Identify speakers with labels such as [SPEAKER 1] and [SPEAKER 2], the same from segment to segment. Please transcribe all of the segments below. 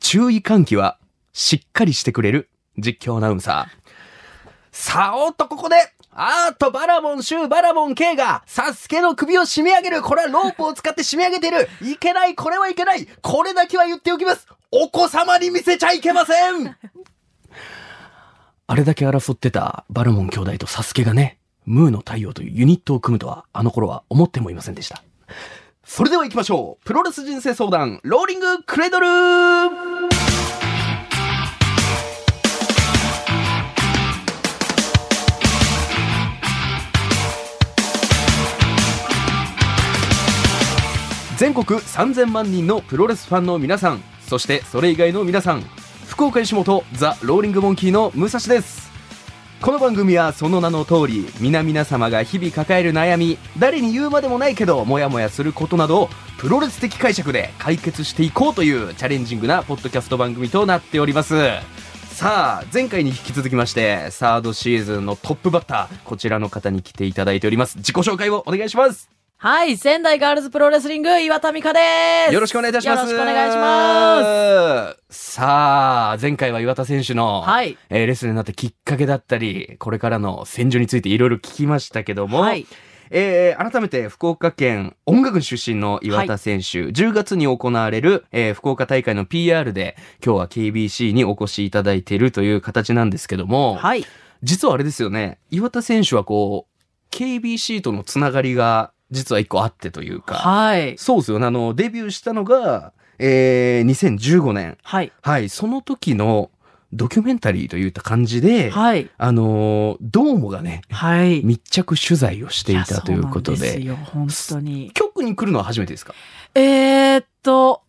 [SPEAKER 1] 注意喚起はしっかりしてくれる実況アナウンサー。さあ、おっと、ここで、あーっと、バラモン、シュー、バラモン K が、サスケの首を締め上げる。これはロープを使って締め上げている。いけない、これはいけない。これだけは言っておきます。お子様に見せちゃいけません。あれだけ争ってたバラモン兄弟とサスケがね、ムーの太陽というユニットを組むとは、あの頃は思ってもいませんでした。それでは行きましょう。プロレス人生相談、ローリングクレードル全国3000万人のプロレスファンの皆さんそしてそれ以外の皆さん福岡吉本ザ・ローリングモンキーの武蔵ですこの番組はその名の通り皆々様が日々抱える悩み誰に言うまでもないけどモヤモヤすることなどをプロレス的解釈で解決していこうというチャレンジングなポッドキャスト番組となっておりますさあ前回に引き続きましてサードシーズンのトップバッターこちらの方に来ていただいております自己紹介をお願いします
[SPEAKER 2] はい、仙台ガールズプロレスリング、岩田美香です。
[SPEAKER 1] よろしくお願いいたします。。
[SPEAKER 2] よろしくお願いします
[SPEAKER 1] さあ、前回は岩田選手の、
[SPEAKER 2] はい
[SPEAKER 1] えーレスラーになったきっかけだったり、これからの戦場についていろいろ聞きましたけども、
[SPEAKER 2] はい
[SPEAKER 1] えー改めて福岡県音楽部出身の岩田選手、10月に行われる、えー福岡大会の PR で、今日は KBC にお越しいただいているという形なんですけども、
[SPEAKER 2] す。はい。
[SPEAKER 1] 実はあれですよね、岩田選手はこう、KBC とのつながりが、実は一個あってというか、
[SPEAKER 2] はい。
[SPEAKER 1] そうですよね。あの、デビューしたのが、えー、2015年。
[SPEAKER 2] はい。
[SPEAKER 1] はい、その時のドキュメンタリーといった感じで、
[SPEAKER 2] はい。
[SPEAKER 1] あのーどうもがね、
[SPEAKER 2] はい。
[SPEAKER 1] 密着取材をしてい
[SPEAKER 2] や
[SPEAKER 1] たということ
[SPEAKER 2] そうなんで
[SPEAKER 1] で、
[SPEAKER 2] すよ、本当に。
[SPEAKER 1] 局に来るのは初めてですか、
[SPEAKER 2] えー、っと、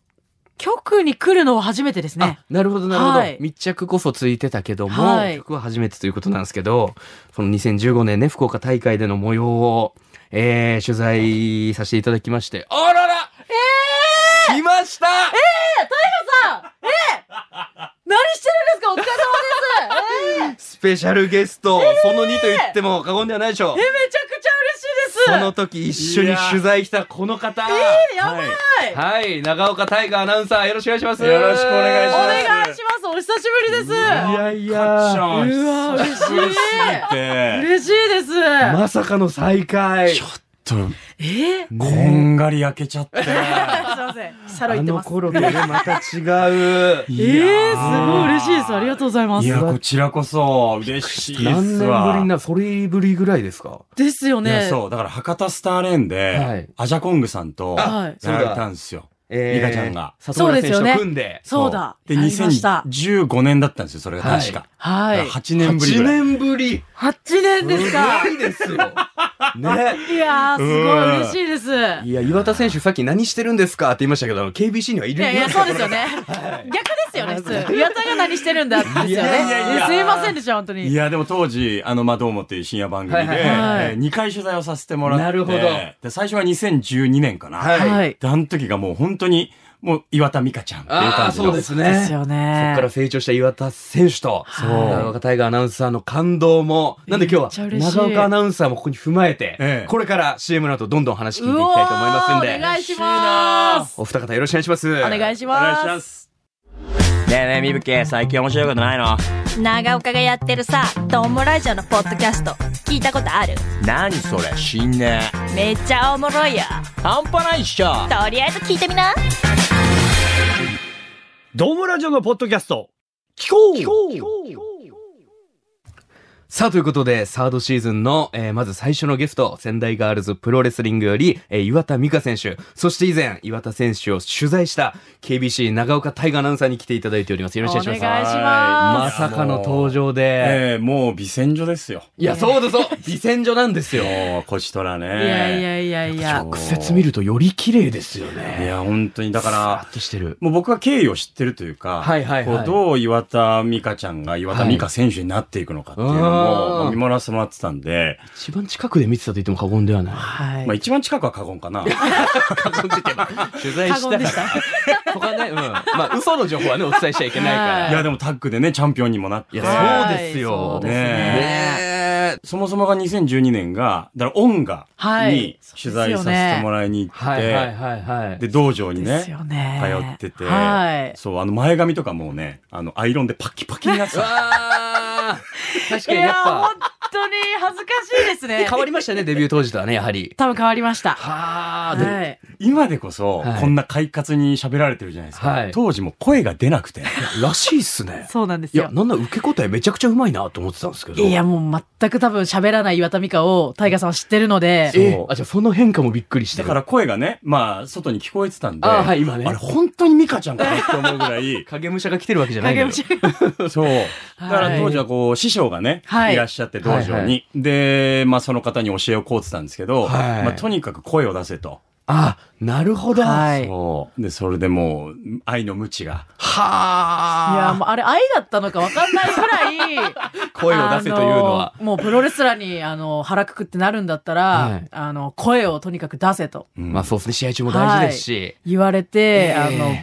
[SPEAKER 2] 局に来るのは初めてですね。
[SPEAKER 1] あ、なるほど、なるほど、
[SPEAKER 2] はい
[SPEAKER 1] 密着こそついてたけども、
[SPEAKER 2] はい
[SPEAKER 1] 局は初めてということなんですけど、その2015年ね、福岡大会での模様を、えー、取材させていただきまして、あららえ来ました
[SPEAKER 2] さあえー、何してるんですかお疲れ様です。
[SPEAKER 1] ス
[SPEAKER 2] えー、
[SPEAKER 1] ペシャルゲスト、その2と言っても過言ではないでしょう
[SPEAKER 2] え。めちゃくちゃ嬉しいです。
[SPEAKER 1] その時一緒に取材したこの方。
[SPEAKER 2] えーやばい、
[SPEAKER 1] はい、はい長岡大河アナウンサーよろしくお願いします。
[SPEAKER 3] よろしくお願い
[SPEAKER 2] お
[SPEAKER 3] します
[SPEAKER 2] 願いします。お久しぶりです。
[SPEAKER 1] いやい
[SPEAKER 3] かっち
[SPEAKER 1] や、
[SPEAKER 3] ゃん
[SPEAKER 2] うわ、嬉しい。
[SPEAKER 3] で
[SPEAKER 2] 嬉しいです。
[SPEAKER 1] まさかの再会。
[SPEAKER 3] ちょっと
[SPEAKER 2] え
[SPEAKER 1] ね
[SPEAKER 2] ー、
[SPEAKER 3] こんがり焼けちゃって
[SPEAKER 2] すいません。サロ
[SPEAKER 1] あ
[SPEAKER 2] 行って
[SPEAKER 1] の
[SPEAKER 2] ます。
[SPEAKER 1] 頃とね、また違う。
[SPEAKER 2] ええー、すごい嬉しいです。ありがとうございま
[SPEAKER 3] い
[SPEAKER 2] す
[SPEAKER 3] や。こちらこそ嬉しいっ
[SPEAKER 1] 何
[SPEAKER 3] す
[SPEAKER 1] 年
[SPEAKER 3] わ
[SPEAKER 1] ぶりな、それぶりぐらいですか
[SPEAKER 2] ですよ
[SPEAKER 3] い
[SPEAKER 2] ね
[SPEAKER 3] や。そうだから博多スターレーンで、
[SPEAKER 1] はい
[SPEAKER 3] アジャコングさんと
[SPEAKER 2] はい
[SPEAKER 3] やられたんですよ、
[SPEAKER 1] え
[SPEAKER 3] リカちゃんが
[SPEAKER 1] 里村選手と組んで。
[SPEAKER 2] そうだ。
[SPEAKER 3] で
[SPEAKER 2] やりました。
[SPEAKER 3] 2015年だったんですよそれが確か、
[SPEAKER 2] は
[SPEAKER 3] だ
[SPEAKER 2] い
[SPEAKER 3] から。8年ぶり
[SPEAKER 1] 8
[SPEAKER 3] ぐらい
[SPEAKER 1] 年ぶり。
[SPEAKER 2] 8年ですか。
[SPEAKER 1] ごいですよ。ね。
[SPEAKER 2] いやー、すごい嬉しいです。い
[SPEAKER 1] いや、岩田選手さっき何してるんですかって言いましたけど、あの KBC にはいる
[SPEAKER 2] やいや、そうですよね。
[SPEAKER 1] はい
[SPEAKER 2] 逆ですよね、普通。岩田が何してるんだってですよね。
[SPEAKER 1] い
[SPEAKER 2] い
[SPEAKER 1] やい
[SPEAKER 3] やいや
[SPEAKER 2] やすいませんでした、本当
[SPEAKER 3] い
[SPEAKER 2] に。
[SPEAKER 3] や、でも当時、あの、まあ、どうもっていう深夜番組で、
[SPEAKER 1] はいはい
[SPEAKER 2] はい
[SPEAKER 3] え2回取材をさせてもらって、
[SPEAKER 1] なるほど
[SPEAKER 3] で、最初は2012年かな。
[SPEAKER 1] は。
[SPEAKER 2] はいい。
[SPEAKER 3] で、あの時がもう本当に、もう岩田美香ちゃんっていう
[SPEAKER 1] ああ、
[SPEAKER 3] 感じ
[SPEAKER 1] そ
[SPEAKER 3] の。
[SPEAKER 1] うです
[SPEAKER 2] で
[SPEAKER 1] ね。
[SPEAKER 2] すよ
[SPEAKER 1] そこから
[SPEAKER 2] ね。
[SPEAKER 1] 成長した岩田選手と、
[SPEAKER 2] そう
[SPEAKER 1] 長岡大河アナウンサーの感動も、なんで今
[SPEAKER 2] めっ
[SPEAKER 1] 日
[SPEAKER 2] ち
[SPEAKER 1] は
[SPEAKER 2] ゃ嬉しい
[SPEAKER 1] 長岡アナウンサーもここに踏まえて、
[SPEAKER 3] ええ
[SPEAKER 1] これから CM の後どんどん話聞いていきたいと思いますん
[SPEAKER 2] うおー
[SPEAKER 1] で
[SPEAKER 2] お、願いします。
[SPEAKER 1] お二方よろしくお願いします。
[SPEAKER 2] お願いします。
[SPEAKER 3] す。ねえねえ、みぶけ、最近面白いことないの
[SPEAKER 4] 長岡がやってるさ「トンボラジオ」のポッドキャスト聞いたことある
[SPEAKER 3] 何それ、死んねえ。
[SPEAKER 4] めっちゃおもろいよ
[SPEAKER 3] 半端ないっしょ。
[SPEAKER 4] とりあえず聞いてみな
[SPEAKER 5] ドームラジオのポッドキャスト、聞こう
[SPEAKER 1] さあ、ということで、サードシーズンの、えーまず最初のゲスト、仙台ガールズプロレスリングより、えー岩田美香選手、そして以前、岩田選手を取材した KBC 長岡大河アナウンサーに来ていただいております。よろしくお願いします。
[SPEAKER 2] お願いしま
[SPEAKER 1] まさかの登場で、
[SPEAKER 3] ええもう美戦場ですよ。
[SPEAKER 1] いや、そう だそう、美戦女なんですよ。
[SPEAKER 3] もう、こちとらね。
[SPEAKER 2] いやいやいやいや。
[SPEAKER 1] 直接見るとより綺麗ですよね。
[SPEAKER 3] いや、本当に、だから
[SPEAKER 1] さ、ーっとしてる。
[SPEAKER 3] もう僕は経緯を知ってるというか、
[SPEAKER 1] はいはいはい
[SPEAKER 3] こうどう岩田美香ちゃんが岩田美香選手になっていくのかっていうのも、
[SPEAKER 1] はい
[SPEAKER 3] まあ見守らせてもらってたんで、
[SPEAKER 1] 一番近くで見てたと言っても過言ではな
[SPEAKER 2] は
[SPEAKER 3] まあ
[SPEAKER 2] い。
[SPEAKER 3] 一番近くは過言かな。
[SPEAKER 1] 過言って言っても取材
[SPEAKER 2] 過言でした。
[SPEAKER 1] ら。 他ね、うん。まあ、嘘の情報はね、お伝えしちゃいけないから。
[SPEAKER 2] はい
[SPEAKER 3] いや、でもタッグでね、チャンピオンにもなって。
[SPEAKER 1] いや、
[SPEAKER 2] はい
[SPEAKER 1] そうですよ。
[SPEAKER 2] そうです
[SPEAKER 3] ね
[SPEAKER 2] ね。
[SPEAKER 1] え
[SPEAKER 3] れ、そもそもが2012年が、だから音が、
[SPEAKER 2] はい
[SPEAKER 3] に取材させてもらいに行って、
[SPEAKER 1] はいはいはいはい。
[SPEAKER 3] で、道場に
[SPEAKER 2] です
[SPEAKER 3] ね、
[SPEAKER 2] よね。
[SPEAKER 3] 通ってて、
[SPEAKER 2] はい。
[SPEAKER 3] そう、あの前髪とかもうね、あの、アイロンでパキパキになって
[SPEAKER 1] う
[SPEAKER 3] た。
[SPEAKER 1] わー確
[SPEAKER 2] い
[SPEAKER 1] かにやっ
[SPEAKER 2] や、本
[SPEAKER 1] ぱ、
[SPEAKER 2] 当に恥ずかしいですね。
[SPEAKER 1] 変わりましたね、デビュー当時とはね、やはり。
[SPEAKER 2] 多分変わりました。
[SPEAKER 1] はあ、で、
[SPEAKER 2] はい。
[SPEAKER 3] 今でこそ、
[SPEAKER 1] はい
[SPEAKER 3] こんな快活に喋られてるじゃないですか。
[SPEAKER 1] はい
[SPEAKER 3] 当時も声が出なくて。
[SPEAKER 1] らしいっすね。
[SPEAKER 2] そうなんです
[SPEAKER 1] いや、
[SPEAKER 2] よ。
[SPEAKER 1] なんだ、受け答えめちゃくちゃうまいなと思ってたんですけど。
[SPEAKER 2] いや、もう全く多分喋らない岩田美香を、タイガさんは知ってるので、
[SPEAKER 1] え
[SPEAKER 3] そう
[SPEAKER 1] あ、じゃあその変化もびっくりして
[SPEAKER 3] だ
[SPEAKER 1] る。
[SPEAKER 3] から声がね、まあ、外に聞こえてたんで、
[SPEAKER 1] あはい、今ね、
[SPEAKER 3] あ。れ、本当にミカちゃんかなって思うぐらい
[SPEAKER 1] 影武者が来てるわけじゃない
[SPEAKER 2] 影
[SPEAKER 1] のよ
[SPEAKER 2] 武者。
[SPEAKER 3] そう。だから当時はこう、師匠がね、
[SPEAKER 2] はい
[SPEAKER 3] い、らっしゃって道場に、
[SPEAKER 1] はいは
[SPEAKER 3] で、まあその方に教えをこうってたんですけど、
[SPEAKER 1] はい
[SPEAKER 3] まあとにかく声を出せと。
[SPEAKER 1] あ、なるほど。は
[SPEAKER 2] はい。い
[SPEAKER 3] そう。で、それでもう、愛の無知が。
[SPEAKER 1] あ。
[SPEAKER 2] や、もうあれ愛だったのか分かんないぐらい、
[SPEAKER 1] 声を出せというのは。
[SPEAKER 2] あのもうプロレスラーに、あの、腹くくってなるんだったら、
[SPEAKER 1] はい
[SPEAKER 2] あの、声をとにかく出せと
[SPEAKER 3] うん
[SPEAKER 1] まあそうですね、試合中も大事ですし。
[SPEAKER 2] 言われて、
[SPEAKER 1] えー
[SPEAKER 2] あの、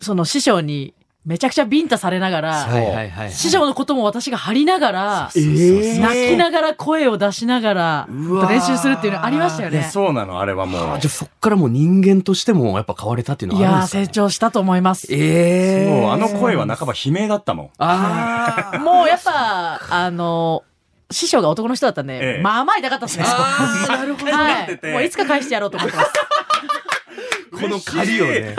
[SPEAKER 2] その師匠にめちゃくちゃビンタされながら、
[SPEAKER 1] はいはいはい。
[SPEAKER 2] 師匠のことも私が張りながら、
[SPEAKER 1] えー
[SPEAKER 2] 泣きながら声を出しながら、
[SPEAKER 1] うわー
[SPEAKER 2] 練習するっていうのありましたよ
[SPEAKER 3] いや、
[SPEAKER 2] ね。
[SPEAKER 3] そうなの、あれはもう。
[SPEAKER 1] あじゃあそっからもう人間としてもやっぱ変われたっていうの
[SPEAKER 2] い
[SPEAKER 1] はあるん
[SPEAKER 2] やー、
[SPEAKER 1] ですか
[SPEAKER 2] 成長したと思います。
[SPEAKER 1] ええ
[SPEAKER 3] そう、あの声は半ば悲鳴だったもん。
[SPEAKER 1] あー
[SPEAKER 2] もうやっぱ、あの、師匠が男の人だったんで、
[SPEAKER 3] ええ
[SPEAKER 2] まあまあ痛かったですね。
[SPEAKER 1] あ ーなるほど
[SPEAKER 3] なっ
[SPEAKER 2] は
[SPEAKER 3] てて
[SPEAKER 2] い。もういつか返してやろうと思っ てます。
[SPEAKER 1] この借りをね。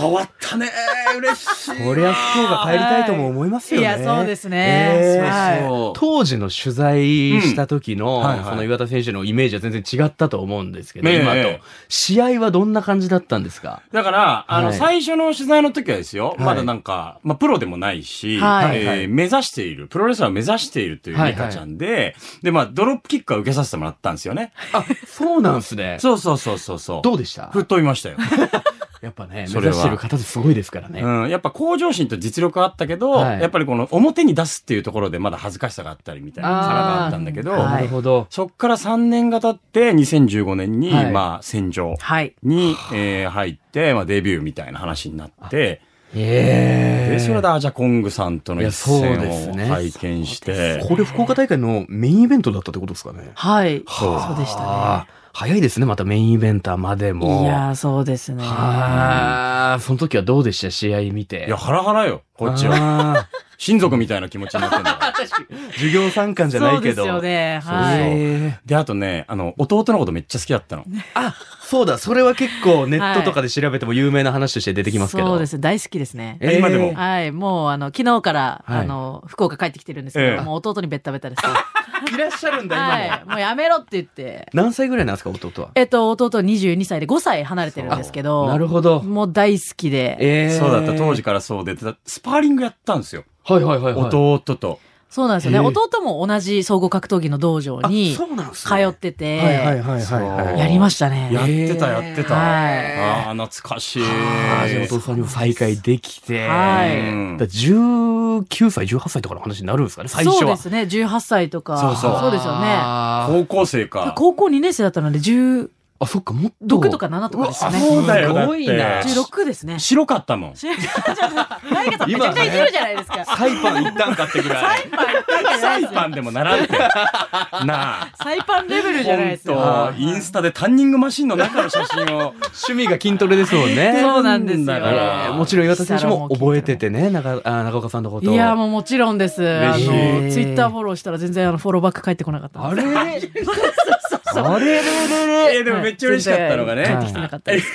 [SPEAKER 3] 変わったね嬉しい。
[SPEAKER 1] こりゃ福岡帰りたいとも思いますよね。
[SPEAKER 2] はいいやそうですね
[SPEAKER 1] ええ
[SPEAKER 2] はい
[SPEAKER 1] そう当時の取材した時の、
[SPEAKER 3] うんはいはい
[SPEAKER 1] その岩田選手のイメージは全然違ったと思うんですけど、
[SPEAKER 3] ええ
[SPEAKER 1] 今と、
[SPEAKER 3] ええ
[SPEAKER 1] 試合はどんな感じだったんですか
[SPEAKER 3] だから、あの、
[SPEAKER 1] はい
[SPEAKER 3] 最初の取材の時はですよ、
[SPEAKER 1] い
[SPEAKER 3] まだなんか、まあ、プロでもないし、
[SPEAKER 2] はい
[SPEAKER 3] えー
[SPEAKER 1] はい
[SPEAKER 3] 目指している、プロレスラーを目指しているという
[SPEAKER 1] はい
[SPEAKER 3] リカちゃんで、で、まあ、ドロップキックは受けさせてもらったんですよね。
[SPEAKER 1] あ、 そうなんすね。
[SPEAKER 3] そうそうそうそうそう。
[SPEAKER 1] どうでした
[SPEAKER 3] 吹っ飛びましたよ。
[SPEAKER 1] やっぱね、目
[SPEAKER 3] それ
[SPEAKER 1] 指
[SPEAKER 3] は
[SPEAKER 1] してる方ってすごいですからね。
[SPEAKER 3] うん。やっぱ向上心と実力はあったけど、
[SPEAKER 1] はい
[SPEAKER 3] やっぱりこの表に出すっていうところでまだ恥ずかしさがあったりみたいな
[SPEAKER 1] あー
[SPEAKER 3] 殻があったんだけど、
[SPEAKER 2] はい
[SPEAKER 1] なるほど。
[SPEAKER 3] そっから3年が経って2015年に、
[SPEAKER 1] はい
[SPEAKER 3] まあ、戦場
[SPEAKER 2] はい。
[SPEAKER 3] に、えー入って、まあ、デビューみたいな話になって、
[SPEAKER 1] ええ
[SPEAKER 3] で、それでアジャコングさんとの
[SPEAKER 1] い
[SPEAKER 3] 一
[SPEAKER 1] や
[SPEAKER 3] 戦
[SPEAKER 1] そうです
[SPEAKER 3] を
[SPEAKER 1] ね
[SPEAKER 3] 拝見して、
[SPEAKER 1] これ福岡大会のメインイベントだったってことですかね。
[SPEAKER 2] はい。
[SPEAKER 3] そう
[SPEAKER 2] そうでしたね。
[SPEAKER 1] あー早いですね、またメインイベンターまでも。
[SPEAKER 2] いやー、そうですね。
[SPEAKER 1] はあ、その時はどうでした試合見て。
[SPEAKER 3] いや、ハラハラよ、こっちは。
[SPEAKER 1] は。
[SPEAKER 3] 親族みたいな気持ちになってん だから。
[SPEAKER 1] 授業参観じゃないけど。
[SPEAKER 2] そうですよね。
[SPEAKER 3] そう
[SPEAKER 2] はい。
[SPEAKER 1] えー
[SPEAKER 3] で、あとね、あの、弟のことめっちゃ好きだったの。
[SPEAKER 1] あ、そうだ、それは結構ネットとかで調べても有名な話として出てきますけど。
[SPEAKER 2] そうです。大好きですね。
[SPEAKER 1] えー
[SPEAKER 3] 今でも
[SPEAKER 2] はい。もう、あの、昨日から、
[SPEAKER 1] はい
[SPEAKER 2] あの、福岡帰ってきてるんですけ
[SPEAKER 3] ええ
[SPEAKER 2] ど、もう弟にベッタベタです。
[SPEAKER 1] いらっしゃるんだ、今も。
[SPEAKER 2] はい。もうやめろって言って。
[SPEAKER 1] 何歳ぐらいなんですか、弟は。
[SPEAKER 2] えっと、弟22歳で5歳離れてるんですけど。
[SPEAKER 1] なるほど。
[SPEAKER 2] もう大好きで。
[SPEAKER 1] えー
[SPEAKER 3] そうだった、当時。からそうで、だスパーリングやったんですよ。
[SPEAKER 1] はいはいはい、はい。
[SPEAKER 3] 弟と。
[SPEAKER 2] そうなんですよ
[SPEAKER 1] へ
[SPEAKER 2] ね。
[SPEAKER 1] え
[SPEAKER 2] 弟も同じ総合格闘技の道場に
[SPEAKER 1] あそ
[SPEAKER 2] 通
[SPEAKER 1] うなんすね
[SPEAKER 2] っ。てて、
[SPEAKER 1] はいはいはいはいはい。
[SPEAKER 2] やりましたね。
[SPEAKER 3] やってた、やってた。
[SPEAKER 2] はい
[SPEAKER 3] ああ、懐かしい。
[SPEAKER 1] あーじゃあお父さんにも再会できて。
[SPEAKER 2] はい
[SPEAKER 1] だから19歳、18歳とかの話になるんですかね、最初
[SPEAKER 2] そう
[SPEAKER 1] は。
[SPEAKER 2] ですね。18歳とか。
[SPEAKER 3] そうそう
[SPEAKER 2] そうですよね。
[SPEAKER 1] あー
[SPEAKER 3] 高校生か。
[SPEAKER 2] 高校2年生だったので、16
[SPEAKER 1] あ、そっか、もっと。
[SPEAKER 2] とか7とかですよね。
[SPEAKER 3] うわそうだよ
[SPEAKER 1] すごいな
[SPEAKER 3] だっ。て
[SPEAKER 2] 16ですね。
[SPEAKER 3] 白かったもん。
[SPEAKER 2] ちょっと、ライカさんめちゃくちゃいじるじゃないですか。
[SPEAKER 1] サイパン行ったんかってぐらい。
[SPEAKER 3] サイパンでも 習って。なあ。
[SPEAKER 2] サイパンレベルじゃないですよ。
[SPEAKER 3] ほんとインスタでタンニングマシンの中の写真を。
[SPEAKER 1] 趣味が筋トレですもん ね。
[SPEAKER 2] そうなんですよ。
[SPEAKER 3] だか
[SPEAKER 1] え
[SPEAKER 3] ら
[SPEAKER 1] ーもちろん岩田選手も覚えててね、中あ中岡さんのこと。
[SPEAKER 2] いや、もうもちろんです。あ
[SPEAKER 1] 嬉しい
[SPEAKER 2] の、ツイッターフォローしたら全然あの、フォローバック返ってこなかったん
[SPEAKER 1] あ
[SPEAKER 2] で
[SPEAKER 1] れれあれれれれ
[SPEAKER 3] えー、でもめっちゃ嬉しかったのがね。
[SPEAKER 2] す。
[SPEAKER 1] はい
[SPEAKER 2] 返ってきてなかったです。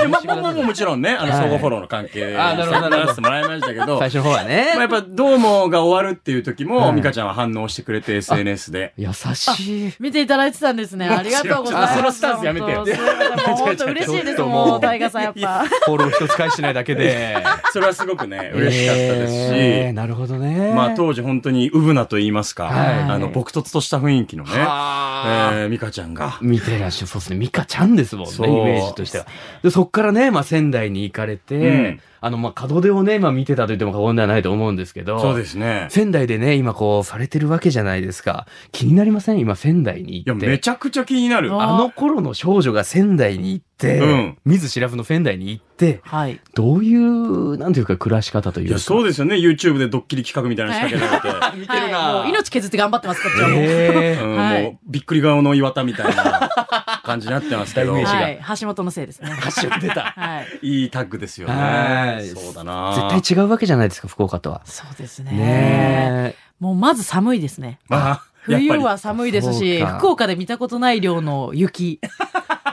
[SPEAKER 3] でまあ、僕ももちろんね、あ
[SPEAKER 1] はい
[SPEAKER 3] の、相互フォローの関係で、
[SPEAKER 1] あなるほどなるほど
[SPEAKER 3] らせてもらいましたけど、ま
[SPEAKER 1] 最初の方は
[SPEAKER 3] あや
[SPEAKER 1] ね
[SPEAKER 3] っ。ぱ、どうもが終わるっていう時
[SPEAKER 1] は
[SPEAKER 3] も、
[SPEAKER 1] い
[SPEAKER 3] ミカちゃんは反応してくれて、SNS で。
[SPEAKER 1] 優しい。
[SPEAKER 2] 見ていただいてたんですね。ありがとうございます。
[SPEAKER 3] そのスタンスやめてよ
[SPEAKER 2] 本当すいませんもう本当嬉し
[SPEAKER 1] ち
[SPEAKER 2] いです、
[SPEAKER 1] ょっと
[SPEAKER 2] も
[SPEAKER 1] もう
[SPEAKER 2] う、タイガさんやっぱ。
[SPEAKER 1] フォロー一つ返してないだけで。
[SPEAKER 3] それはすごくね、嬉しかったですし、
[SPEAKER 1] えーなるほどね。
[SPEAKER 3] まあ、当時本当に、うぶなと言いますか、
[SPEAKER 1] はい
[SPEAKER 3] あの、朴突とした雰囲気のね、
[SPEAKER 1] はー
[SPEAKER 3] えーミカちゃんが。
[SPEAKER 1] 見てらっしゃる。そうですね。ミカちゃんですもんね、イ
[SPEAKER 3] そう
[SPEAKER 1] メージとしては。で、そっからね、まあ仙台に行かれて、
[SPEAKER 3] うん
[SPEAKER 1] あの、まあ門出をね、まあ見てたと言っても過言ではないと思うんですけど。
[SPEAKER 3] そうですね。
[SPEAKER 1] 仙台でね、今こう、されてるわけじゃないですか。気になりません今、仙台に
[SPEAKER 3] いや、
[SPEAKER 1] 行っ
[SPEAKER 3] め
[SPEAKER 1] て。
[SPEAKER 3] ちゃくちゃ気になる。
[SPEAKER 2] あ
[SPEAKER 1] あの頃の少女が仙台に行っって、
[SPEAKER 3] うん
[SPEAKER 1] 見ず知らずの仙台に行って、
[SPEAKER 2] はい。
[SPEAKER 1] どういう、なんていうか暮らし方という
[SPEAKER 3] い
[SPEAKER 1] か。
[SPEAKER 3] や、そうですよね。YouTube でドッキリ企画みたいなの仕掛けられて。
[SPEAKER 1] 見
[SPEAKER 2] はい、もう命削って頑張ってます、こっちはもう。
[SPEAKER 1] へー
[SPEAKER 3] うん、
[SPEAKER 2] はい
[SPEAKER 3] もう、びっくり顔の岩田みたいな感じになってますけ ど。
[SPEAKER 1] 代名詞が
[SPEAKER 2] はい、橋本のせいですね。
[SPEAKER 1] 橋が出た。
[SPEAKER 2] はい。
[SPEAKER 3] いいタッグですよ
[SPEAKER 1] は
[SPEAKER 3] ね。
[SPEAKER 1] い
[SPEAKER 3] そうだな
[SPEAKER 1] 絶対違うわけじゃないですか、福岡とは。
[SPEAKER 2] そうですね。
[SPEAKER 1] ね
[SPEAKER 2] もうまず寒いですね。
[SPEAKER 3] あやっぱり
[SPEAKER 2] 冬は寒いですし、
[SPEAKER 1] そうか
[SPEAKER 2] 福岡で見たことない量の雪。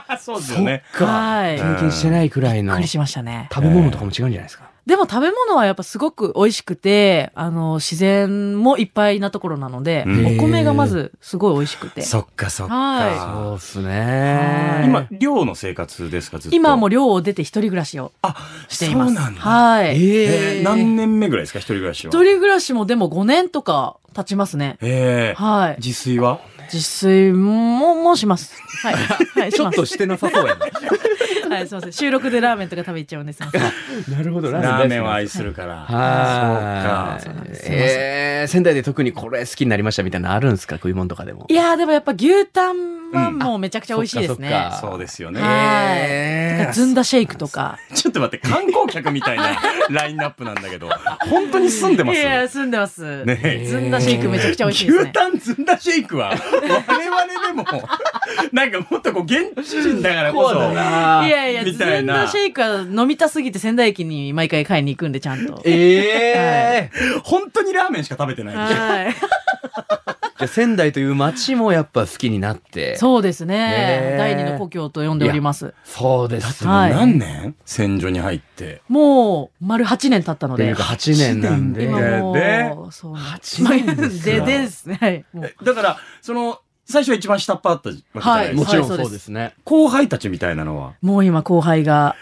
[SPEAKER 3] あそうです
[SPEAKER 1] え。
[SPEAKER 3] よね。
[SPEAKER 1] そっか。
[SPEAKER 2] はい。びっ
[SPEAKER 1] 経験してないくらいの
[SPEAKER 2] くり
[SPEAKER 1] 食
[SPEAKER 2] しましたね。
[SPEAKER 1] べ物とかも違うんじゃないですか。
[SPEAKER 2] でも食べ物はやっぱすごく美味しくて、あの、自然もいっぱいなところなので、
[SPEAKER 1] うん
[SPEAKER 2] お米がまずすごい美味しくて。
[SPEAKER 3] そっかそっ
[SPEAKER 2] は
[SPEAKER 1] そう
[SPEAKER 3] か。
[SPEAKER 1] っすね。
[SPEAKER 3] 今、、寮の生活ですか、ずっと。
[SPEAKER 2] 今はもう寮を出て一人暮らしをしています。
[SPEAKER 3] そうなんだ
[SPEAKER 2] はい。
[SPEAKER 1] え
[SPEAKER 3] え
[SPEAKER 1] え
[SPEAKER 3] ー何年目ぐらいですか、一人暮らしは。
[SPEAKER 2] 一人暮らしもでも5年とか経ちますね。
[SPEAKER 3] ええ。
[SPEAKER 2] はい。
[SPEAKER 3] 自炊は
[SPEAKER 2] 自炊も、もうします。はい。はい、
[SPEAKER 1] ち
[SPEAKER 2] し
[SPEAKER 1] ょっ
[SPEAKER 2] ます
[SPEAKER 1] と。してなさそうやな。
[SPEAKER 2] はい、すいません。収録でラーメンとか食べちゃうんです。すいません
[SPEAKER 1] なるほど、
[SPEAKER 3] ラーメンは愛するから。
[SPEAKER 1] は
[SPEAKER 3] そ
[SPEAKER 1] い。
[SPEAKER 3] うか。
[SPEAKER 2] ですすいません
[SPEAKER 1] えー、仙台で特にこれ好きになりましたみたいなのあるんですか食い物とかでも。
[SPEAKER 2] いやーでもやっぱ牛タンはもうめちゃくちゃ美味しいですね。
[SPEAKER 1] うんあそっかそっか
[SPEAKER 3] そうですよ
[SPEAKER 2] は
[SPEAKER 3] ね。
[SPEAKER 2] い
[SPEAKER 1] え
[SPEAKER 2] なんかずんだシェイクとか。
[SPEAKER 3] ちょっと待って、観光客みたいな ラインナップなんだけど、本当に住んでま
[SPEAKER 2] い
[SPEAKER 3] す
[SPEAKER 2] や、住んでます。
[SPEAKER 3] ねえ
[SPEAKER 2] ずんだシェイクめちゃくちゃ美味しいです
[SPEAKER 3] 牛
[SPEAKER 2] ね。
[SPEAKER 3] タンずんだシェイクは、我々でも、 なんかもっとこう、現地人だからこそ、
[SPEAKER 2] いやいや、
[SPEAKER 3] み
[SPEAKER 2] ず
[SPEAKER 3] たい
[SPEAKER 2] ん
[SPEAKER 3] な
[SPEAKER 2] だシェイクは飲みたすぎて仙台駅に毎回買いに行くんで、ちゃ んと。
[SPEAKER 1] えー、
[SPEAKER 3] 本当にラーメンしか食べてないでしょ。
[SPEAKER 2] はい。
[SPEAKER 1] じゃあ仙台という街もやっぱ好きになって。
[SPEAKER 2] そうですね
[SPEAKER 1] ねえ。
[SPEAKER 2] 第二の故郷と呼んでおります。
[SPEAKER 1] そうで
[SPEAKER 3] だっ
[SPEAKER 1] す
[SPEAKER 3] てもう何年戦場に入って。
[SPEAKER 2] もう、丸8年経ったの
[SPEAKER 1] ってい
[SPEAKER 2] で
[SPEAKER 1] うか。8年なんで。
[SPEAKER 2] 今も
[SPEAKER 3] で
[SPEAKER 2] う、そう。
[SPEAKER 1] 八年です
[SPEAKER 2] で
[SPEAKER 1] よ
[SPEAKER 2] ですね。はい。もう
[SPEAKER 3] だから、その、最初は一番下っ端あったわけじゃないで
[SPEAKER 1] も
[SPEAKER 2] はい
[SPEAKER 3] すか。
[SPEAKER 1] ちろん
[SPEAKER 2] はい
[SPEAKER 1] そ
[SPEAKER 2] そうです
[SPEAKER 1] うですね。
[SPEAKER 3] 後輩たちみたいなのは。
[SPEAKER 2] もう今後輩が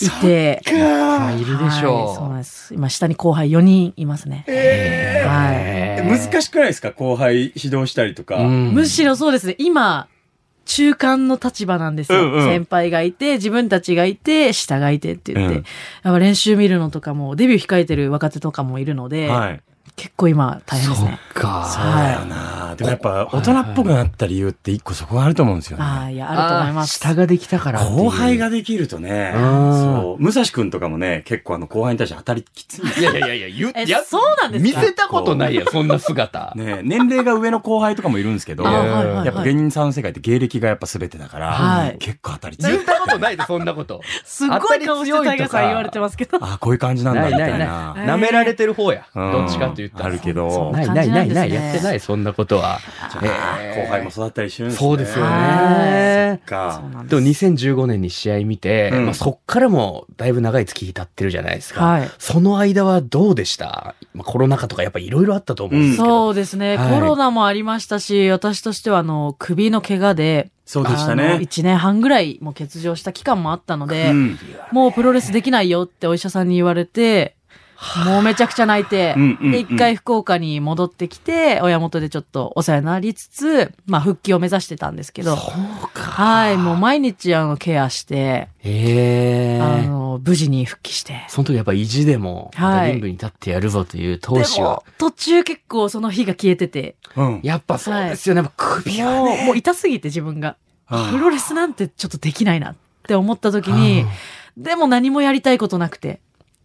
[SPEAKER 2] いて。
[SPEAKER 1] まあいるでし
[SPEAKER 2] はいそうなん
[SPEAKER 1] ょ
[SPEAKER 2] です。今下に後輩4人いますね。
[SPEAKER 1] う。
[SPEAKER 2] はい。
[SPEAKER 1] えー
[SPEAKER 3] 難しくないですか後輩指導したりとか。
[SPEAKER 1] うん
[SPEAKER 2] むしろそうですね。今、中間の立場なんですよ、
[SPEAKER 3] うんうん
[SPEAKER 2] 先輩がいて、自分たちがいて、下がいてって言って。
[SPEAKER 3] うん
[SPEAKER 2] やっぱ練習見るのとかも、デビュー控えてる若手とかもいるので、
[SPEAKER 3] はい。
[SPEAKER 2] 結構今大変ですね。
[SPEAKER 1] そっか。
[SPEAKER 3] そうだよなでもやっぱ大人っぽくなった理由って一個そこがあると思うんですよね。
[SPEAKER 2] ああ、いや、あると思いま
[SPEAKER 1] あ
[SPEAKER 2] す。
[SPEAKER 1] ー下ができたからっていう
[SPEAKER 3] 後輩ができるとね、
[SPEAKER 1] うん
[SPEAKER 3] そう、武蔵くんとかもね、結構あの後輩に対して当たりきついんです
[SPEAKER 1] い
[SPEAKER 3] よ。
[SPEAKER 1] やいやいやいや、言
[SPEAKER 2] え
[SPEAKER 1] いや
[SPEAKER 2] そうなんですか
[SPEAKER 1] 見せたことないよ、そんな 姿。
[SPEAKER 3] ね年齢が上の後輩とかもいるんですけど、
[SPEAKER 2] あー
[SPEAKER 3] や
[SPEAKER 2] はいはいはい
[SPEAKER 3] っぱ芸人さんの世界って芸歴がやっぱ全てだから、
[SPEAKER 2] はい
[SPEAKER 3] 結構当たり強い
[SPEAKER 1] 言ったことないで、そんな こと。
[SPEAKER 2] すっご
[SPEAKER 1] 当た
[SPEAKER 2] い顔してタ
[SPEAKER 1] り強い
[SPEAKER 2] イ
[SPEAKER 1] と
[SPEAKER 2] ガ
[SPEAKER 1] か
[SPEAKER 2] ーさん言われてますけど。
[SPEAKER 3] ああ、こういう感じなんだ、
[SPEAKER 1] な
[SPEAKER 3] み
[SPEAKER 1] い
[SPEAKER 3] たい
[SPEAKER 1] ない
[SPEAKER 3] な。
[SPEAKER 1] ない。
[SPEAKER 2] い
[SPEAKER 1] 舐められてる方や。
[SPEAKER 3] うん
[SPEAKER 1] どっちかって言ったら。
[SPEAKER 3] あるけど、
[SPEAKER 1] ないないないない、やってない、そんなことは。えー
[SPEAKER 3] 後輩も育ったりしてるんですね。
[SPEAKER 1] そうですよ
[SPEAKER 2] は
[SPEAKER 1] ね。
[SPEAKER 2] そう
[SPEAKER 3] か。
[SPEAKER 2] なん
[SPEAKER 1] でも
[SPEAKER 2] です。
[SPEAKER 1] 2015年に試合見て、
[SPEAKER 3] うん
[SPEAKER 1] まあ、そっからもだいぶ長い月日経ってるじゃないですか。
[SPEAKER 2] はい
[SPEAKER 1] その間はどうでした、まあ、コロナ禍とかやっぱいろいろあったと思うんですけど。
[SPEAKER 2] そうですね、
[SPEAKER 1] はい
[SPEAKER 2] コロナもありましたし、私としては、あの、首の怪我で、
[SPEAKER 3] そうでした
[SPEAKER 2] あの
[SPEAKER 3] ね。
[SPEAKER 2] 1年半ぐらいもう欠場した期間もあったので、
[SPEAKER 3] うん
[SPEAKER 2] もうプロレスできないよってお医者さんに言われて、もうめちゃくちゃ泣いて、
[SPEAKER 3] うんうんうん
[SPEAKER 2] で、一回福岡に戻ってきて、親元でちょっとお世話になりつつ、まあ復帰を目指してたんですけど、
[SPEAKER 1] そうか。
[SPEAKER 2] はい、もう毎日あのケアして、
[SPEAKER 1] ええ
[SPEAKER 2] あの、無事に復帰して。
[SPEAKER 1] その時やっぱ意地でも、
[SPEAKER 2] はい
[SPEAKER 1] またリングに立ってやるぞという闘
[SPEAKER 2] で
[SPEAKER 1] 志を
[SPEAKER 2] も。、途中結構その日が消えてて、
[SPEAKER 3] うん。
[SPEAKER 1] やっぱそうですよね。やっぱ首が
[SPEAKER 2] もう
[SPEAKER 1] ね。
[SPEAKER 2] もう痛すぎて自分が、
[SPEAKER 3] あ
[SPEAKER 2] プロレスなんてちょっとできないなって思った時に、でも何もやりたいことなくて、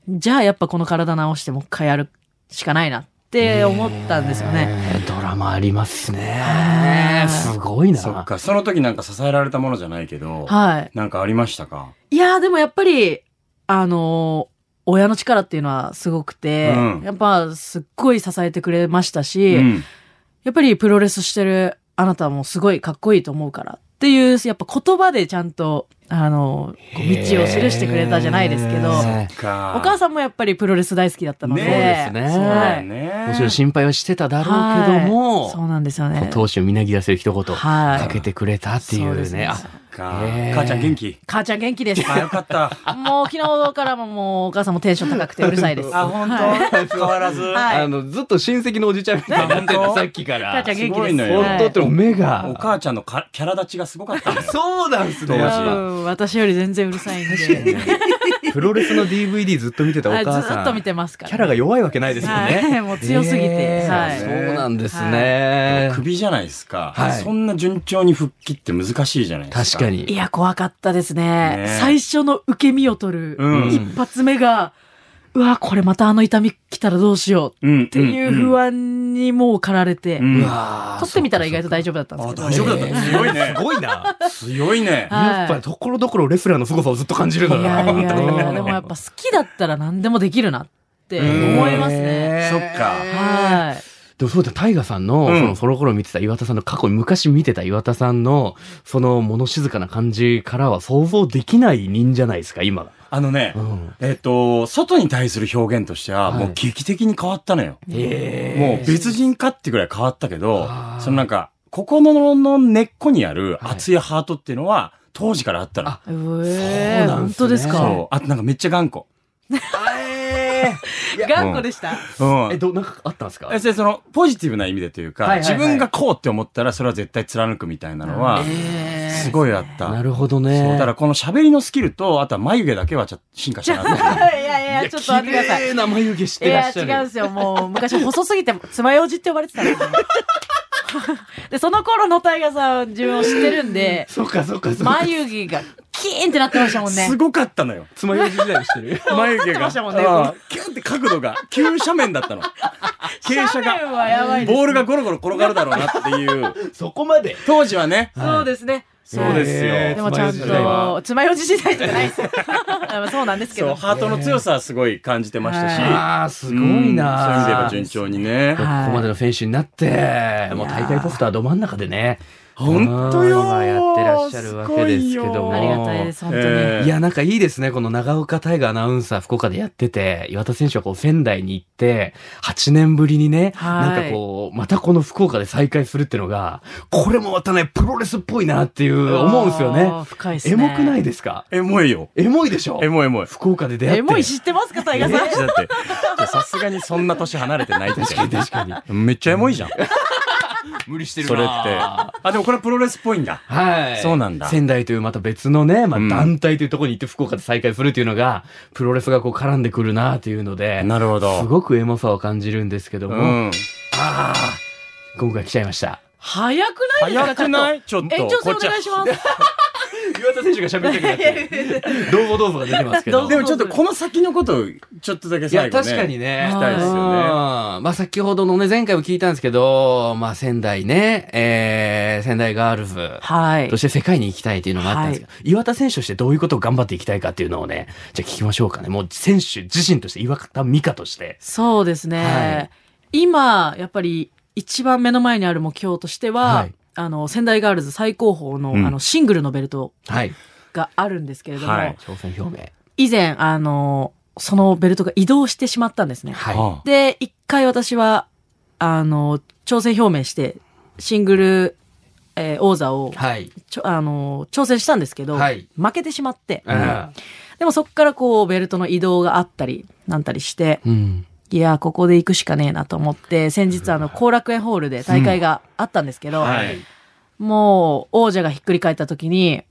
[SPEAKER 2] じゃあやっぱこの体直してもう一回やるしかないなって思ったんですよね。
[SPEAKER 1] えードラマあります
[SPEAKER 2] は
[SPEAKER 1] ね。
[SPEAKER 2] い
[SPEAKER 1] すごいな。
[SPEAKER 3] そっか、その時なんか支えられたものじゃないけど、
[SPEAKER 2] は
[SPEAKER 3] なんかありましたか
[SPEAKER 2] い。いやーでもやっぱり、あのー親の力っていうのはすごくて、
[SPEAKER 3] うん
[SPEAKER 2] やっぱすっごい支えてくれましたし、
[SPEAKER 3] うん。
[SPEAKER 2] やっぱりプロレスしてるあなたもすごいかっこいいと思うからっていう、やっぱ言葉でちゃんと、あのーこう道を記してくれたじゃないですけど、
[SPEAKER 1] へ
[SPEAKER 2] お
[SPEAKER 1] ー
[SPEAKER 3] か
[SPEAKER 2] 母さんもやっぱりプロレス大好きだったので、
[SPEAKER 3] ねそうで
[SPEAKER 1] ね
[SPEAKER 3] すそうだよ
[SPEAKER 1] もちろん
[SPEAKER 3] ね。
[SPEAKER 1] 心配はしてただろうけど
[SPEAKER 2] はいそう
[SPEAKER 1] も、
[SPEAKER 2] なんですよね。
[SPEAKER 1] 闘志をみなぎらせる一言か
[SPEAKER 2] はい。
[SPEAKER 1] けてくれたってい
[SPEAKER 2] そうで
[SPEAKER 1] う
[SPEAKER 2] す
[SPEAKER 1] ね。
[SPEAKER 2] ね
[SPEAKER 1] あ
[SPEAKER 3] か
[SPEAKER 1] へー
[SPEAKER 3] 母ちゃん元気
[SPEAKER 2] 母ちゃん元気です。
[SPEAKER 3] あ、よかった。
[SPEAKER 2] もう昨日からももうお母さんもテンション高くてうるさいです。
[SPEAKER 3] あ、本当変わらず。
[SPEAKER 2] はい
[SPEAKER 1] あの、ずっと親戚のおじちゃんみたいになって
[SPEAKER 3] あ
[SPEAKER 1] た、
[SPEAKER 3] 本当
[SPEAKER 1] さっきから。
[SPEAKER 2] 母ちゃん元気です
[SPEAKER 3] ごいの
[SPEAKER 2] す。
[SPEAKER 3] よ
[SPEAKER 1] 本当ってもう目が
[SPEAKER 3] お。母ちゃんのかキャラ立ちがすごかったんだよ。
[SPEAKER 1] そうなんす
[SPEAKER 3] 当
[SPEAKER 1] ね。
[SPEAKER 3] 時
[SPEAKER 1] やっぱ
[SPEAKER 2] うん私より全然うるさいんで。
[SPEAKER 1] プロレスの DVD ずっと見てたお
[SPEAKER 2] はい
[SPEAKER 1] 母
[SPEAKER 2] ず
[SPEAKER 1] さん。
[SPEAKER 2] っと見てますから。
[SPEAKER 1] キャラが弱いわけないですもん
[SPEAKER 2] は
[SPEAKER 1] ね。
[SPEAKER 2] い、もう強すぎて。
[SPEAKER 1] えー
[SPEAKER 2] はい。
[SPEAKER 1] そうなんですね。
[SPEAKER 3] 首じゃないですか、
[SPEAKER 1] はい
[SPEAKER 3] そんな順調に復帰って難しいじゃないで
[SPEAKER 1] 確
[SPEAKER 3] すか。
[SPEAKER 1] か
[SPEAKER 3] に。
[SPEAKER 2] い
[SPEAKER 1] に。
[SPEAKER 2] や、怖かったですね。
[SPEAKER 3] ね
[SPEAKER 2] 最初の受け身を取る、
[SPEAKER 3] うん
[SPEAKER 2] 一発目が、うわ、これまたあの痛み来たらどうしよう
[SPEAKER 3] うん。っ
[SPEAKER 2] っていう不安にもう駆られて、
[SPEAKER 3] うん。
[SPEAKER 1] わー
[SPEAKER 2] 取ってみたら意外と大丈夫だったんですけど。
[SPEAKER 3] 大丈夫だった。強いね
[SPEAKER 1] す。ごいな。
[SPEAKER 3] 強いね。
[SPEAKER 1] やっぱりところどころレスラーの凄さをずっと感じる
[SPEAKER 2] い
[SPEAKER 1] んだ
[SPEAKER 2] や
[SPEAKER 1] な。
[SPEAKER 2] いや いや、でもやっぱ好きだったら何でもできるなって思います ね。
[SPEAKER 1] へー
[SPEAKER 3] そっか。
[SPEAKER 2] はい。
[SPEAKER 1] でもそうだ、タイガさんの、
[SPEAKER 3] うん
[SPEAKER 1] その、その頃見てた岩田さんの過去に昔見てた岩田さんの、その、物静かな感じからは想像できない人じゃないですか、今が。
[SPEAKER 3] あのね
[SPEAKER 1] う、ん。
[SPEAKER 3] えっと、外に対する表現としては、
[SPEAKER 1] はい
[SPEAKER 3] もう劇的に変わったのよ。
[SPEAKER 1] ええ。
[SPEAKER 3] もう別人かってぐらい変わったけど
[SPEAKER 1] あー、
[SPEAKER 3] そのなんか、心の根っこにある熱いハートっていうのは、当時からあったの。
[SPEAKER 1] あ
[SPEAKER 2] う
[SPEAKER 1] そ
[SPEAKER 2] え
[SPEAKER 1] う
[SPEAKER 2] ー、
[SPEAKER 1] なんですね
[SPEAKER 2] 本当ですか
[SPEAKER 3] そう。あとなんかめっちゃ頑固。
[SPEAKER 1] え
[SPEAKER 2] 頑固でした。
[SPEAKER 3] うん
[SPEAKER 1] ーえ、ど、なんかあったんですか
[SPEAKER 3] えそれそのポジティブな意味でというか、
[SPEAKER 1] はいはいはい
[SPEAKER 3] 自分がこうって思ったらそれは絶対貫くみたいなのは、
[SPEAKER 1] え
[SPEAKER 3] すごいあった。
[SPEAKER 1] なるほどね。
[SPEAKER 3] そうだからこの喋りのスキルと、あとは眉毛だけはちょっと進化し
[SPEAKER 2] ちょ
[SPEAKER 3] た
[SPEAKER 2] い
[SPEAKER 3] なっていう。
[SPEAKER 2] やいや、ちょっと待ってください
[SPEAKER 1] 綺。麗な眉毛し
[SPEAKER 2] い
[SPEAKER 1] てら
[SPEAKER 2] や、
[SPEAKER 1] っしゃ
[SPEAKER 2] 違
[SPEAKER 1] る。
[SPEAKER 2] うんですよ。もう、昔細すぎて、爪楊枝って呼ばれてたんですよ。 で、その頃のタイガーさん、自分を知ってるんで、
[SPEAKER 1] そうか、そうか、そうか。
[SPEAKER 2] 眉毛がキーンってなってましたもんね
[SPEAKER 3] す。ごかったのよ。
[SPEAKER 1] つまようじ時代にして る。
[SPEAKER 3] 眉毛
[SPEAKER 2] 立ってま
[SPEAKER 3] が。
[SPEAKER 2] したもんね
[SPEAKER 3] ああキュンって角度が、急斜面だったの。傾 斜
[SPEAKER 2] 斜面はやばいで
[SPEAKER 3] が、
[SPEAKER 2] す
[SPEAKER 3] ボールがゴロゴロ転がるだろうなっていう。
[SPEAKER 1] そこまで。
[SPEAKER 3] 当時はね、
[SPEAKER 2] そうですね。
[SPEAKER 3] そうですよ
[SPEAKER 1] えー
[SPEAKER 2] でもちゃん
[SPEAKER 1] つまようじ時代は
[SPEAKER 2] と、爪楊枝時代じゃな いですよ。そうなんですけ
[SPEAKER 3] そう、
[SPEAKER 2] ど。
[SPEAKER 3] ハートの強さはすごい感じてましたし。
[SPEAKER 1] ああ、すご
[SPEAKER 3] うん
[SPEAKER 1] い
[SPEAKER 3] そういう意味で
[SPEAKER 1] な
[SPEAKER 3] は順調にね。
[SPEAKER 2] はい
[SPEAKER 1] ここまでの選手になって、もう大会ポスターど真ん中でね。
[SPEAKER 3] 本当よ
[SPEAKER 1] まあやってらっしゃるわけですけども。
[SPEAKER 2] ありがたいです、本当に。
[SPEAKER 3] えー
[SPEAKER 1] いや、なんかいいですね。この長岡大河アナウンサー、福岡でやってて、岩田選手はこう仙台に行って、8年ぶりにね、
[SPEAKER 2] はい
[SPEAKER 1] なんかこう、またこの福岡で再会するってのが、これもまたね、プロレスっぽいなっていう、思うんですよ
[SPEAKER 2] あ
[SPEAKER 1] ね
[SPEAKER 2] ー。深いですね。
[SPEAKER 1] エモくない
[SPEAKER 2] で
[SPEAKER 1] ですか
[SPEAKER 3] エモいよ。
[SPEAKER 1] エモいでしょ
[SPEAKER 3] エモいエモい。
[SPEAKER 1] 福岡で出会って。
[SPEAKER 2] エモい知ってますか、タイガーさん。
[SPEAKER 3] だって、さすがにそんな年離れてないですよ。
[SPEAKER 1] 確かに。
[SPEAKER 3] めっちゃエモいじゃん。
[SPEAKER 1] 無理して
[SPEAKER 3] それって。
[SPEAKER 1] は
[SPEAKER 3] あ、でもこれプロレスっぽいんだ。
[SPEAKER 1] い。
[SPEAKER 3] そうなんだ
[SPEAKER 1] 仙台というまた別のね、ま
[SPEAKER 3] う
[SPEAKER 1] あ
[SPEAKER 3] ん
[SPEAKER 1] 団体というところに行って福岡で再会するというのが、プロレスがこう絡んでくるなというので、
[SPEAKER 3] なるほど。
[SPEAKER 1] すごくエモさを感じるんですけど
[SPEAKER 3] う
[SPEAKER 1] も、
[SPEAKER 3] ん。
[SPEAKER 1] ああ、今回来ちゃいました。
[SPEAKER 2] 早くないですか
[SPEAKER 3] 早くないちょっ
[SPEAKER 2] ちょっと延
[SPEAKER 3] と。
[SPEAKER 2] 長戦
[SPEAKER 3] こ
[SPEAKER 2] お
[SPEAKER 3] っちは
[SPEAKER 2] 願いします。
[SPEAKER 1] 岩田選手が喋りたくな って、どうぞどうぞが出てますけ
[SPEAKER 2] どう
[SPEAKER 1] ど。
[SPEAKER 2] ぞ
[SPEAKER 3] でもちょっとこの先のことをちょっとだけ
[SPEAKER 1] いや、
[SPEAKER 3] 最後ね。
[SPEAKER 1] 確かにね。
[SPEAKER 2] 聞
[SPEAKER 3] きたいですよね
[SPEAKER 1] うんまあ、先ほどのね、前回も聞いたんですけど、まあ、仙台ね、えー、仙台ガールズ。
[SPEAKER 2] はい
[SPEAKER 1] そ。して世界に行きたいというのもあったんですけど、岩田選手としてどういうことを頑張っていきたいかっていうのをね、じゃあ聞きましょうかね。もう選手自身として、岩田美香として。
[SPEAKER 2] そうですね。今、やっぱり一番目の前にある目標としては、
[SPEAKER 1] はい
[SPEAKER 2] あの、仙台ガールズ最高峰の,、
[SPEAKER 3] うん
[SPEAKER 2] あのシングルのベルト
[SPEAKER 1] はい。
[SPEAKER 2] があるんですけれども、
[SPEAKER 3] はい
[SPEAKER 1] 挑戦表明。
[SPEAKER 2] 以前、あの、そのベルトが移動してしまったんですね。
[SPEAKER 1] はい。
[SPEAKER 3] あ
[SPEAKER 2] で、一回私は、あの、挑戦表明して、シングル、えー王座を、
[SPEAKER 1] はい。
[SPEAKER 2] ちょあの、挑戦したんですけど、
[SPEAKER 1] はい
[SPEAKER 2] 負けてしまって、
[SPEAKER 1] うん
[SPEAKER 2] でもそっからこう、ベルトの移動があったり、なんたりして、
[SPEAKER 1] うん。
[SPEAKER 2] いやー、ここで行くしかねえなと思って、先日あの、後楽園ホールで大会があったんですけど、
[SPEAKER 3] はい。
[SPEAKER 2] もう、王者がひっくり返った時に、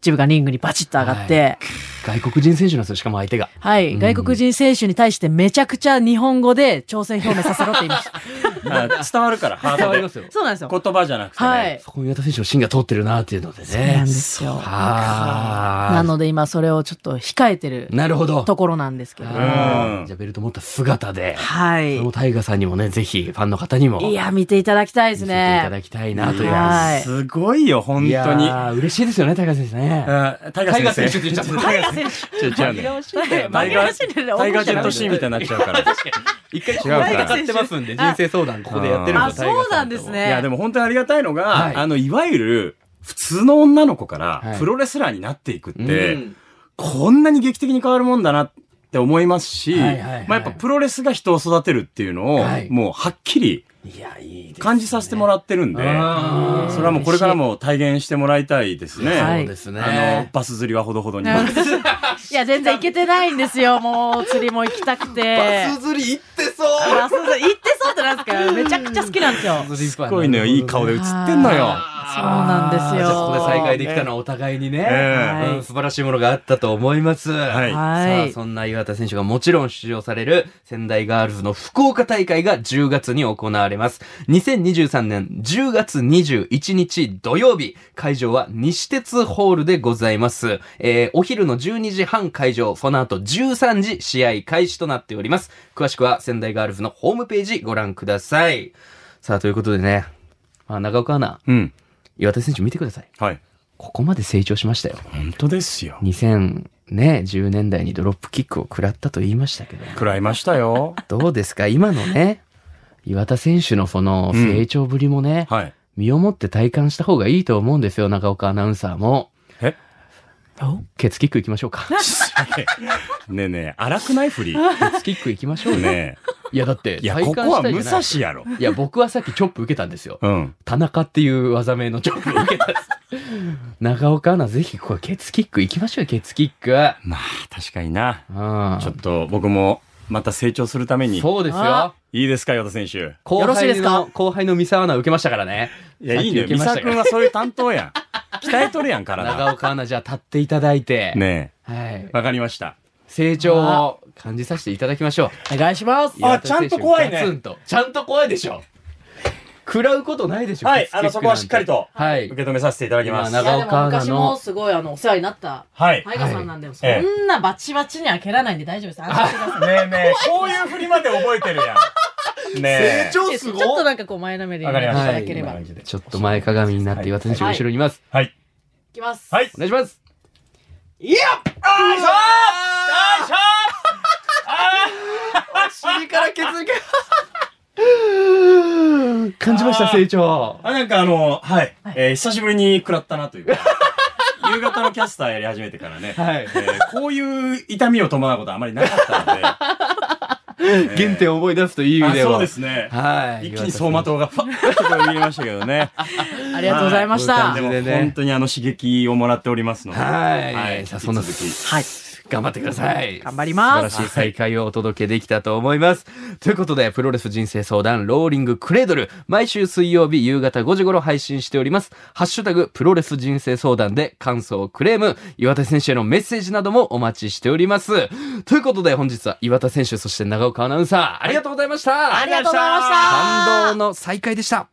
[SPEAKER 2] 自分がリングにバチッと上がって、
[SPEAKER 1] 外国人選手なんですよ、しかも相手が。
[SPEAKER 2] はい、外国人選手に対してめちゃくちゃ日本語で挑戦表明させろって言いました。
[SPEAKER 3] あ伝わるから、ハ ー
[SPEAKER 1] 伝
[SPEAKER 3] ト
[SPEAKER 1] わり
[SPEAKER 3] で
[SPEAKER 1] ますよ。
[SPEAKER 2] そうなんですよ。
[SPEAKER 3] 言葉じゃなくてね。
[SPEAKER 2] はい。
[SPEAKER 1] そこに岩田選手の芯が通ってるなっていうのでね。
[SPEAKER 2] そうなんですよ。
[SPEAKER 1] あー
[SPEAKER 2] なので今それをちょっと控えてる
[SPEAKER 1] なるほど。
[SPEAKER 2] ところなんですけど。
[SPEAKER 1] あ
[SPEAKER 3] う
[SPEAKER 1] ー
[SPEAKER 3] ん
[SPEAKER 1] じゃあベルト持った姿で、
[SPEAKER 2] は
[SPEAKER 1] それも
[SPEAKER 2] い。
[SPEAKER 1] タイガさんにもね、ぜひファンの方にも。
[SPEAKER 2] いや、見ていただきたいで
[SPEAKER 1] 見せ
[SPEAKER 2] す
[SPEAKER 1] ていた
[SPEAKER 2] ね。
[SPEAKER 1] だきたいなという。
[SPEAKER 2] はい
[SPEAKER 3] すごいよ、本
[SPEAKER 1] い
[SPEAKER 3] 当に。
[SPEAKER 1] やー嬉しいですよね、タイガ選手ね。
[SPEAKER 3] あタイガー先
[SPEAKER 1] タイガー選手って
[SPEAKER 3] 生。
[SPEAKER 1] 言っちゃった
[SPEAKER 3] タイガー
[SPEAKER 2] 選
[SPEAKER 3] ちょちょ違うね
[SPEAKER 2] 手
[SPEAKER 3] タイガータイガージェット
[SPEAKER 2] 手
[SPEAKER 3] シーンみたいになっちゃうから。
[SPEAKER 1] 一回
[SPEAKER 3] この間
[SPEAKER 2] 買ってます
[SPEAKER 1] んで
[SPEAKER 2] 人
[SPEAKER 1] 生相談こ
[SPEAKER 3] こでやってるんで
[SPEAKER 2] あ、そうなんです。ね。
[SPEAKER 3] いや、でも本当にありがたいのが、
[SPEAKER 1] はい
[SPEAKER 3] い、あの、いわゆる、普通の女の子か
[SPEAKER 1] は
[SPEAKER 3] ら
[SPEAKER 1] い、
[SPEAKER 3] プロレスラーになっていくって、
[SPEAKER 1] うん
[SPEAKER 3] こんなに劇的に変わるもんだなって思いますし、
[SPEAKER 1] はいはいはい
[SPEAKER 3] まあやっぱプロレスが人を育てるっていうのを、
[SPEAKER 1] はい
[SPEAKER 3] もうはっきり
[SPEAKER 1] いや、いいですね。
[SPEAKER 3] 感じさせてもらってるんで、
[SPEAKER 1] あー
[SPEAKER 3] それはもうこれからも体現してもらいたいですね。
[SPEAKER 2] は
[SPEAKER 1] そ
[SPEAKER 2] いう
[SPEAKER 1] です
[SPEAKER 3] あの
[SPEAKER 1] ね、。
[SPEAKER 3] バス釣りはほどほどに。
[SPEAKER 2] いや、全然行けてないんですよ。もう、釣りも行きたくて。
[SPEAKER 1] バス釣り行ってそ
[SPEAKER 2] あ、そうそう、行ってそうってなんですかめちゃくちゃ好きなんですよ。
[SPEAKER 1] うす
[SPEAKER 3] すごいのよ、いい顔で映ってんのよ。
[SPEAKER 2] あそうなんですよ
[SPEAKER 1] じゃあここで再会できたのはお互いにね、
[SPEAKER 3] え
[SPEAKER 2] え
[SPEAKER 1] うん素晴らしいものがあったと思います。
[SPEAKER 3] は
[SPEAKER 2] は
[SPEAKER 3] い
[SPEAKER 2] い
[SPEAKER 1] さあ、そんな岩田選手がもちろん出場される仙台ガールズの福岡大会が10月に行われます。2023年10月21日土曜日、会場は西鉄ホールでございます。えーお昼の12時半会場、その後13時試合開始となっております。詳しくは仙台ガールズのホームページご覧ください。さあ、ということでね、まあ、長岡アナ、
[SPEAKER 3] うん。
[SPEAKER 1] 岩田選手見てください。
[SPEAKER 3] はい。
[SPEAKER 1] ここまで成長しましたよ。
[SPEAKER 3] 本当ですよ。
[SPEAKER 1] 2010年代にドロップキックを食らったと言いましたけど、
[SPEAKER 3] 食らいましたよ。
[SPEAKER 1] どうですか今のね、岩田選手のその
[SPEAKER 3] うん
[SPEAKER 1] 成長ぶりもね、
[SPEAKER 3] はい。
[SPEAKER 1] 身をもって体感した方がいいと思うんですよ、長岡アナウンサーも。
[SPEAKER 3] え
[SPEAKER 1] ケツキック行きましょうか。
[SPEAKER 3] ねえねえ、荒くないふり。
[SPEAKER 1] ケツキック行きましょうよ。
[SPEAKER 3] ね
[SPEAKER 1] いや、だって、
[SPEAKER 3] え。いや、
[SPEAKER 1] 体
[SPEAKER 3] ここ
[SPEAKER 1] 感し
[SPEAKER 3] は
[SPEAKER 1] たいじ
[SPEAKER 3] 武
[SPEAKER 1] ゃない
[SPEAKER 3] 蔵やろ。
[SPEAKER 1] いや、僕はさっきチョップ受けたんですよ。
[SPEAKER 3] うん。
[SPEAKER 1] 田中っていう技名のチョップを受けたんです。長岡アナ、ぜひ、これ、ケツキック行きましょうよ、ケツキック。
[SPEAKER 3] まあ、確かにな。
[SPEAKER 1] うん。
[SPEAKER 3] ちょっと僕も、また成長するために。
[SPEAKER 1] そうですよ
[SPEAKER 2] あ。
[SPEAKER 3] いいですか、岩田選手。
[SPEAKER 1] 後
[SPEAKER 2] よろしい
[SPEAKER 1] 輩
[SPEAKER 2] です
[SPEAKER 1] の、
[SPEAKER 2] か
[SPEAKER 1] 後輩の三沢アナ受けましたからね。
[SPEAKER 3] いや、
[SPEAKER 1] さっ
[SPEAKER 3] い
[SPEAKER 1] き
[SPEAKER 3] いね。
[SPEAKER 1] 受け
[SPEAKER 3] 三
[SPEAKER 1] ました
[SPEAKER 3] 沢
[SPEAKER 1] か
[SPEAKER 3] 君
[SPEAKER 1] ら
[SPEAKER 3] はそういう担 当やん。鍛えとるやん、体。
[SPEAKER 1] 長岡アナじゃあ立っていただいて、
[SPEAKER 3] ね
[SPEAKER 1] はい
[SPEAKER 3] え。、わかりました。
[SPEAKER 1] 成長を感じさせていただきましょう。
[SPEAKER 2] お願いします。
[SPEAKER 3] あちゃんと怖いね
[SPEAKER 1] ガツンとちゃんと怖いでしょ。食らうことないでしょ。
[SPEAKER 3] はい
[SPEAKER 1] ケツキック
[SPEAKER 3] あのそこはしっかりと
[SPEAKER 1] なんてはい。
[SPEAKER 3] 受け止めさせていただきま
[SPEAKER 1] いや
[SPEAKER 3] す。
[SPEAKER 1] 長岡アナの
[SPEAKER 2] いやでも昔もすごいあのお世話になった
[SPEAKER 3] はい。
[SPEAKER 2] タイガさんなんで、そ
[SPEAKER 3] ええ
[SPEAKER 2] んなバチバチには蹴らないんで大丈夫です。安心してください
[SPEAKER 3] ねえねえ、こういう振りまで覚えてるや ん。ねえ。
[SPEAKER 1] 長
[SPEAKER 2] ちょっとなんかこう前のめりになっていただければ。
[SPEAKER 3] はいい
[SPEAKER 1] ちょっと前かがみになって岩田選手が後ろにいます。
[SPEAKER 3] はい。
[SPEAKER 2] きます。
[SPEAKER 3] はい。よいし
[SPEAKER 1] お願いします。
[SPEAKER 3] ょーよいしょ
[SPEAKER 1] 尻からケツが。感じました
[SPEAKER 3] あー
[SPEAKER 1] 成長。
[SPEAKER 3] あ、なんかあの、はい。えー久しぶりに食らったなとい うか。夕方のキャスターやり始めてからね。
[SPEAKER 1] はい
[SPEAKER 3] えーこういう痛みを伴うことはあまりなか ったので。
[SPEAKER 1] 原点を思い出すという意味
[SPEAKER 3] あ
[SPEAKER 1] では。
[SPEAKER 3] そうですね。
[SPEAKER 1] はい。
[SPEAKER 3] 一気に走馬灯がファッとこう見えましたけ どね。
[SPEAKER 2] ありがとうございまし
[SPEAKER 1] は
[SPEAKER 2] た。
[SPEAKER 3] で
[SPEAKER 1] い
[SPEAKER 3] も本当にあの刺激をもらっておりますので。
[SPEAKER 1] はいさ
[SPEAKER 3] さ
[SPEAKER 1] あ
[SPEAKER 3] あ
[SPEAKER 1] そ
[SPEAKER 3] そ
[SPEAKER 1] ん
[SPEAKER 3] ん
[SPEAKER 1] な
[SPEAKER 3] な続き。
[SPEAKER 2] はい。
[SPEAKER 1] 頑張ってください。
[SPEAKER 2] 頑張ります
[SPEAKER 1] 素晴らしい再会をお届けできたと思います。ということで、プロレス人生相談、ローリングクレードル、毎週水曜日夕方5時頃配信しております。ハッシュタグ、プロレス人生相談で感想、クレーム、岩田選手へのメッセージなどもお待ちしております。ということで、本日は岩田選手、そして長岡アナウンサー、ありがとうございました。
[SPEAKER 2] ありがとうございました。
[SPEAKER 1] 感動の再会でした。